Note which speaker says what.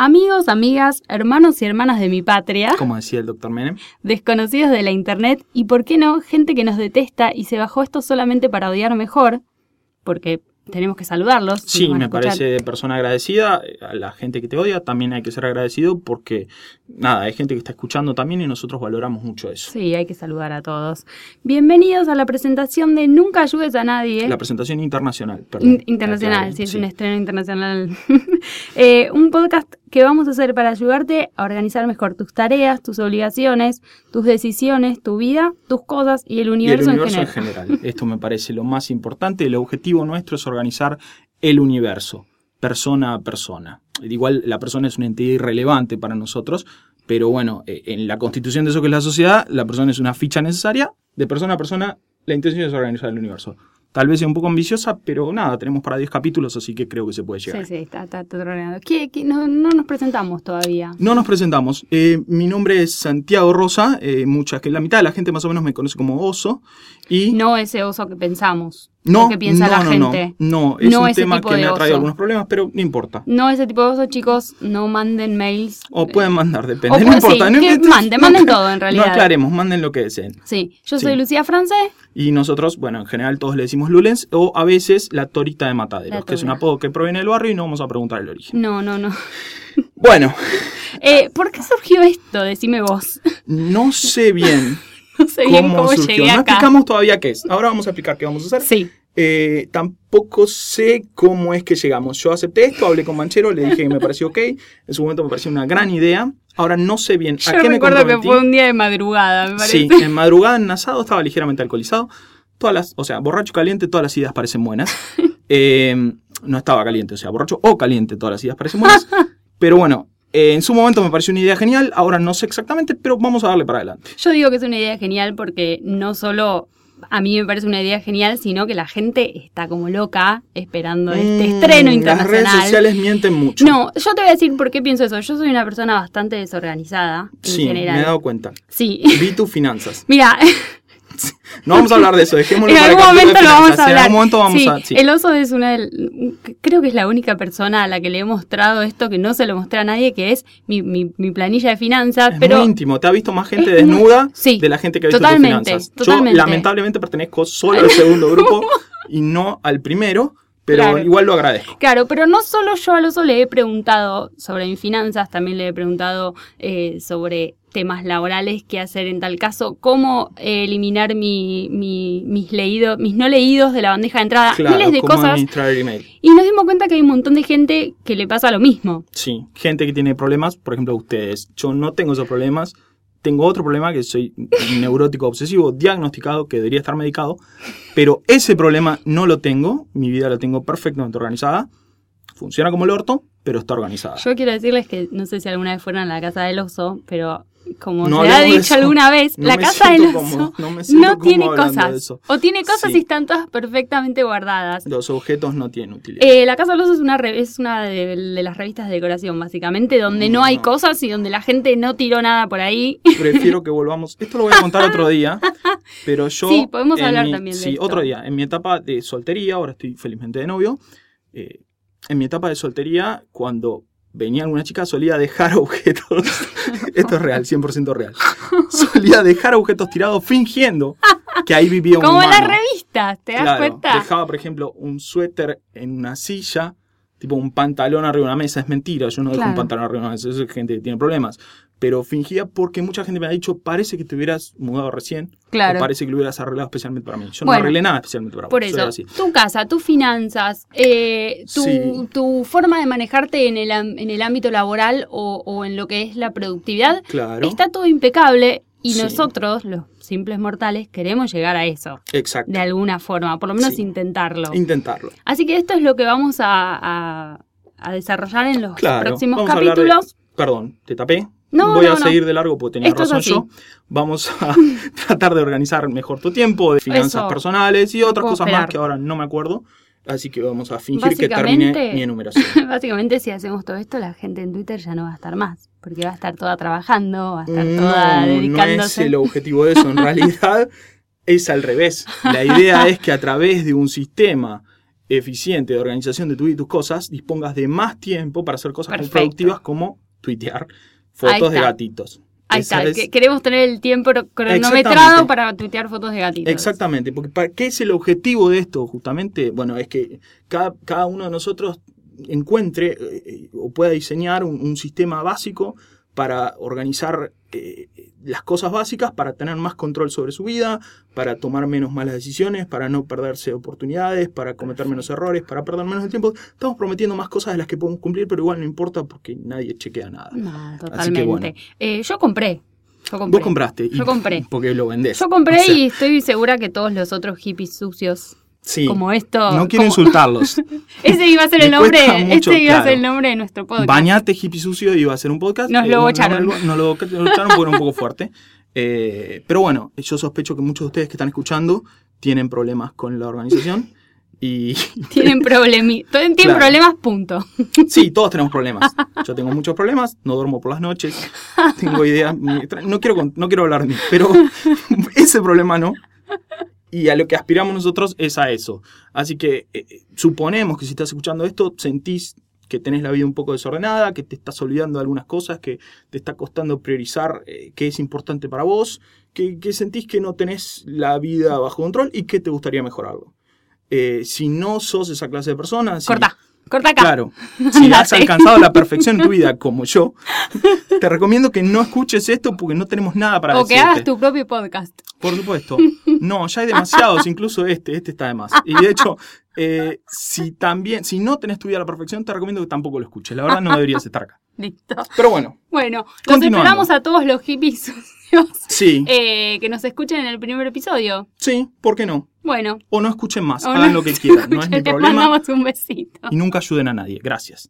Speaker 1: Amigos, amigas, hermanos y hermanas de mi patria,
Speaker 2: Como decía el doctor Menem.
Speaker 1: desconocidos de la internet y, por qué no, gente que nos detesta y se bajó esto solamente para odiar mejor, porque tenemos que saludarlos. si
Speaker 2: Sí,
Speaker 1: nos van a
Speaker 2: me
Speaker 1: escuchar.
Speaker 2: parece de persona agradecida. eh, A la gente que te odia también hay que ser agradecido porque, nada, hay gente que está escuchando también y nosotros valoramos mucho eso.
Speaker 1: Sí, hay que saludar a todos. Bienvenidos a la presentación de Nunca ayudes a nadie.
Speaker 2: La presentación internacional, perdón.
Speaker 1: In- internacional,
Speaker 2: Aclaro,
Speaker 1: sí, es un estreno internacional. Eh, un podcast que vamos a hacer para ayudarte a organizar mejor tus tareas, tus obligaciones, tus decisiones, tu vida, tus cosas y el
Speaker 2: Y el
Speaker 1: universo,
Speaker 2: universo
Speaker 1: en
Speaker 2: en
Speaker 1: general.
Speaker 2: general. Esto me parece lo más importante. El objetivo nuestro es organizar el universo, persona a persona. Igual la persona es una entidad irrelevante para nosotros, pero bueno, eh, en la constitución de eso que es la sociedad, la persona es una ficha necesaria. De persona a persona, la intención es organizar el universo. Tal vez sea un poco ambiciosa, pero nada, tenemos para 10 capítulos, así que creo que se puede llegar.
Speaker 1: Sí, sí, está, está, está troleando. ¿Qué- qué- no, no nos presentamos todavía.
Speaker 2: No nos presentamos. Eh, mi nombre es Santiago Rosa. eh, muchas que la mitad de la gente más o menos me conoce como Oso. Y
Speaker 1: No ese oso que pensamos,
Speaker 2: No,
Speaker 1: lo que piensa
Speaker 2: no,
Speaker 1: la
Speaker 2: no, no.
Speaker 1: gente.
Speaker 2: No, es
Speaker 1: No
Speaker 2: un
Speaker 1: ese
Speaker 2: tema
Speaker 1: tipo
Speaker 2: que
Speaker 1: de
Speaker 2: me ha
Speaker 1: oso.
Speaker 2: traído algunos problemas, pero no importa.
Speaker 1: No. ese tipo de oso, chicos, no manden mails.
Speaker 2: O
Speaker 1: Eh,
Speaker 2: pueden mandar,
Speaker 1: o
Speaker 2: depende.
Speaker 1: puede-
Speaker 2: no importa.
Speaker 1: sí,
Speaker 2: no,
Speaker 1: que
Speaker 2: no-
Speaker 1: manden,
Speaker 2: no-
Speaker 1: manden todo, en realidad.
Speaker 2: No aclaremos, manden lo que deseen.
Speaker 1: Sí, yo soy
Speaker 2: Sí.
Speaker 1: Lucía France.
Speaker 2: Y nosotros, bueno, en general todos le decimos Lulens o a veces la Torita de Mataderos,
Speaker 1: La
Speaker 2: que es un
Speaker 1: Tora.
Speaker 2: apodo que proviene del barrio y no vamos a preguntar el origen.
Speaker 1: No, no, no.
Speaker 2: Bueno,
Speaker 1: Eh, ¿Por qué surgió esto? Decime vos.
Speaker 2: no sé bien
Speaker 1: No sé bien
Speaker 2: cómo,
Speaker 1: cómo,
Speaker 2: surgió.
Speaker 1: llegué
Speaker 2: No
Speaker 1: acá.
Speaker 2: explicamos todavía qué es. Ahora vamos a explicar qué vamos a hacer.
Speaker 1: Sí,
Speaker 2: Eh, tampoco sé cómo es que llegamos. Yo acepté esto, hablé con Manchero, le dije que me pareció ok. En su momento me pareció una gran idea. Ahora no sé bien
Speaker 1: yo
Speaker 2: a qué me
Speaker 1: recuerdo que
Speaker 2: comprometí.
Speaker 1: fue un día de madrugada, me parece.
Speaker 2: Sí, en madrugada, en asado, estaba ligeramente alcoholizado. Todas las, o sea, borracho caliente, todas las ideas parecen buenas. Eh, no estaba caliente, o sea, borracho o caliente, todas las ideas parecen buenas. Pero bueno, eh, en su momento me pareció una idea genial. Ahora no sé exactamente, pero vamos a darle para adelante.
Speaker 1: Yo digo que es una idea genial porque no solo a mí me parece una idea genial, sino que la gente está como loca esperando este
Speaker 2: Mm,
Speaker 1: estreno
Speaker 2: Las
Speaker 1: internacional.
Speaker 2: redes sociales mienten mucho.
Speaker 1: No, yo te voy a decir por qué pienso eso. Yo soy una persona bastante desorganizada en
Speaker 2: sí,
Speaker 1: general.
Speaker 2: me he dado cuenta.
Speaker 1: Sí.
Speaker 2: Vi tus finanzas.
Speaker 1: Mira,
Speaker 2: No vamos a hablar de eso, dejémoslo
Speaker 1: en
Speaker 2: para
Speaker 1: algún
Speaker 2: capítulo
Speaker 1: momento
Speaker 2: de
Speaker 1: lo
Speaker 2: finanzas.
Speaker 1: vamos a hablar.
Speaker 2: En algún momento vamos
Speaker 1: Sí,
Speaker 2: a. sí.
Speaker 1: El oso es una del- creo que es la única persona a la que le he mostrado esto que no se lo mostré a nadie, que es mi, mi- mi planilla de finanzas,
Speaker 2: Es
Speaker 1: pero
Speaker 2: muy íntimo. Te ha visto más gente
Speaker 1: es muy-
Speaker 2: desnuda
Speaker 1: sí,
Speaker 2: de la gente que ha visto tus
Speaker 1: totalmente,
Speaker 2: finanzas.
Speaker 1: totalmente.
Speaker 2: Yo lamentablemente pertenezco solo al segundo grupo y no al primero, pero
Speaker 1: Claro.
Speaker 2: igual lo agradezco.
Speaker 1: Claro, pero no solo yo al oso le he preguntado sobre mis finanzas, también le he preguntado eh, sobre temas laborales, qué hacer en tal caso, cómo eh, eliminar mi- mi- mis leídos, mis no leídos de la bandeja de entrada,
Speaker 2: Claro,
Speaker 1: Ah, miles de
Speaker 2: cómo
Speaker 1: cosas.
Speaker 2: administrar el email.
Speaker 1: Y nos dimos cuenta que hay un montón de gente que le pasa lo mismo.
Speaker 2: Sí, gente que tiene problemas, por ejemplo, ustedes. Yo no tengo esos problemas. Tengo otro problema que soy neurótico obsesivo, diagnosticado, que debería estar medicado, pero ese problema no lo tengo. Mi vida la tengo perfectamente organizada. Funciona como el orto, pero está organizada.
Speaker 1: Yo quiero decirles que no sé si alguna vez fueron a la casa del oso, pero como
Speaker 2: No
Speaker 1: se ha
Speaker 2: hablemos de
Speaker 1: dicho
Speaker 2: eso.
Speaker 1: alguna vez,
Speaker 2: No
Speaker 1: la
Speaker 2: me
Speaker 1: casa del
Speaker 2: siento
Speaker 1: oso
Speaker 2: cómodo, no, me siento
Speaker 1: no
Speaker 2: cómodo
Speaker 1: tiene
Speaker 2: hablando de
Speaker 1: cosas.
Speaker 2: eso.
Speaker 1: O tiene cosas
Speaker 2: Sí.
Speaker 1: y están todas perfectamente guardadas.
Speaker 2: Los objetos no tienen utilidad.
Speaker 1: Eh, la Casa de los Osos es una, re- es una de, de las revistas de decoración, básicamente, donde no hay
Speaker 2: No.
Speaker 1: cosas y donde la gente no tiró nada por ahí.
Speaker 2: Prefiero que volvamos. Esto lo voy a contar otro día, pero yo.
Speaker 1: Sí, podemos
Speaker 2: en
Speaker 1: hablar
Speaker 2: mi-
Speaker 1: también de
Speaker 2: Sí,
Speaker 1: esto.
Speaker 2: otro día. En mi etapa de soltería, ahora estoy felizmente de novio. eh, en mi etapa de soltería, cuando venía alguna chica, solía dejar objetos. Esto es real, 100% real. Solía dejar objetos tirados fingiendo que ahí vivía un
Speaker 1: Como
Speaker 2: humano.
Speaker 1: las revistas, ¿te das
Speaker 2: Claro,
Speaker 1: cuenta?
Speaker 2: Dejaba, por ejemplo, un suéter en una silla, tipo un pantalón arriba de una mesa. Es mentira, yo no dejo un
Speaker 1: Claro.
Speaker 2: pantalón arriba de una mesa, eso es gente que tiene problemas. Pero fingía porque mucha gente me ha dicho, parece que te hubieras mudado recién,
Speaker 1: Claro.
Speaker 2: o parece que lo hubieras arreglado especialmente para mí. Yo
Speaker 1: Bueno,
Speaker 2: no arreglé nada especialmente para
Speaker 1: Por
Speaker 2: vos, soy
Speaker 1: eso,
Speaker 2: así.
Speaker 1: tu casa, tus finanzas, eh, tu,
Speaker 2: Sí.
Speaker 1: tu forma de manejarte en el, am- en el ámbito laboral o, o en lo que es la productividad,
Speaker 2: Claro,
Speaker 1: está todo impecable y
Speaker 2: Sí.
Speaker 1: nosotros, los simples mortales, queremos llegar a eso,
Speaker 2: exacto.
Speaker 1: de alguna forma, por lo menos
Speaker 2: Sí.
Speaker 1: intentarlo.
Speaker 2: Intentarlo.
Speaker 1: Así que esto es lo que vamos a, a- a desarrollar en los
Speaker 2: Claro,
Speaker 1: próximos
Speaker 2: vamos a hablar de-
Speaker 1: capítulos.
Speaker 2: Perdón, te tapé.
Speaker 1: No,
Speaker 2: Voy
Speaker 1: no,
Speaker 2: a
Speaker 1: no.
Speaker 2: seguir de largo porque tenía
Speaker 1: Esto es
Speaker 2: razón
Speaker 1: así.
Speaker 2: yo. Vamos a tratar de organizar mejor tu tiempo, de finanzas
Speaker 1: Eso.
Speaker 2: personales y otras
Speaker 1: Puedo
Speaker 2: cosas
Speaker 1: esperar.
Speaker 2: más que ahora no me acuerdo. Así que vamos a fingir que terminé
Speaker 1: Básicamente-
Speaker 2: mi enumeración.
Speaker 1: Básicamente, si hacemos todo esto, la gente en Twitter ya no va a estar más, porque va a estar toda trabajando, va a estar toda
Speaker 2: no es
Speaker 1: dedicándose.
Speaker 2: el objetivo de eso, en realidad es al revés. La idea es que a través de un sistema eficiente de organización de tu y tus cosas, dispongas de más tiempo para hacer cosas tan
Speaker 1: Perfecto.
Speaker 2: productivas como tuitear
Speaker 1: Ahí
Speaker 2: fotos
Speaker 1: está.
Speaker 2: de gatitos.
Speaker 1: Ahí
Speaker 2: Esa
Speaker 1: está,
Speaker 2: es-
Speaker 1: que- queremos tener el tiempo cronometrado
Speaker 2: Exactamente.
Speaker 1: para tuitear fotos de gatitos.
Speaker 2: Exactamente, porque ¿para qué es el objetivo de esto? Justamente, bueno, es que cada, cada uno de nosotros encuentre eh, eh, o pueda diseñar un, un sistema básico para organizar eh, las cosas básicas, para tener más control sobre su vida, para tomar menos malas decisiones, para no perderse oportunidades, para cometer menos errores, para perder menos el tiempo. Estamos prometiendo más cosas de las que podemos cumplir, pero igual no importa porque nadie chequea nada.
Speaker 1: No,
Speaker 2: Así
Speaker 1: totalmente.
Speaker 2: que bueno.
Speaker 1: Eh, yo compré. Yo compré.
Speaker 2: Vos compraste. y-
Speaker 1: Yo compré.
Speaker 2: Porque lo vendés.
Speaker 1: Yo compré
Speaker 2: O sea,
Speaker 1: y estoy segura que todos los otros hippies sucios
Speaker 2: sí.
Speaker 1: como esto.
Speaker 2: No quiero
Speaker 1: como-
Speaker 2: insultarlos.
Speaker 1: Ese iba a ser el
Speaker 2: Me
Speaker 1: nombre,
Speaker 2: cuesta mucho,
Speaker 1: este iba a ser
Speaker 2: claro.
Speaker 1: el nombre de nuestro podcast.
Speaker 2: Bañate hippie sucio iba a hacer un podcast. Eh,
Speaker 1: Nos lo
Speaker 2: no-
Speaker 1: bocharon.
Speaker 2: no- Nos lo bocharon porque era un poco fuerte. Eh, pero bueno, yo sospecho que muchos de ustedes que están escuchando tienen problemas con la organización. Y
Speaker 1: Tienen problemi, tienen
Speaker 2: Claro.
Speaker 1: problemas, punto.
Speaker 2: sí, todos tenemos problemas. Yo tengo muchos problemas, no duermo por las noches, tengo ideas. muy extra- No quiero, con- no quiero hablar de mí, pero ese problema no. Y a lo que aspiramos nosotros es a eso. Así que eh, eh, suponemos que si estás escuchando esto, sentís que tenés la vida un poco desordenada, que te estás olvidando de algunas cosas, que te está costando priorizar eh, qué es importante para vos, que, que sentís que no tenés la vida bajo control y que te gustaría mejorarlo. Eh, si no sos esa clase de persona, si-
Speaker 1: Corta, corta acá.
Speaker 2: Claro. Si has
Speaker 1: Date.
Speaker 2: alcanzado la perfección en tu vida, como yo, te recomiendo que no escuches esto porque no tenemos nada para
Speaker 1: o que
Speaker 2: decirte.
Speaker 1: hagas tu propio podcast.
Speaker 2: Por supuesto. No, ya hay demasiados, incluso este, este está de más. Y de hecho, eh, si también, si no tenés tu vida a la perfección, te recomiendo que tampoco lo escuches. La verdad no deberías estar acá.
Speaker 1: Listo.
Speaker 2: Pero bueno,
Speaker 1: Bueno, los
Speaker 2: Continuando.
Speaker 1: esperamos a todos los hippies sucios
Speaker 2: sí,
Speaker 1: eh, que nos escuchen en el primer episodio.
Speaker 2: sí, ¿por qué no?
Speaker 1: Bueno,
Speaker 2: O no escuchen más,
Speaker 1: o
Speaker 2: hagan
Speaker 1: no
Speaker 2: lo que quieran, no es mi
Speaker 1: escuchen, les
Speaker 2: problema
Speaker 1: mandamos un besito.
Speaker 2: y nunca ayuden a nadie. Gracias.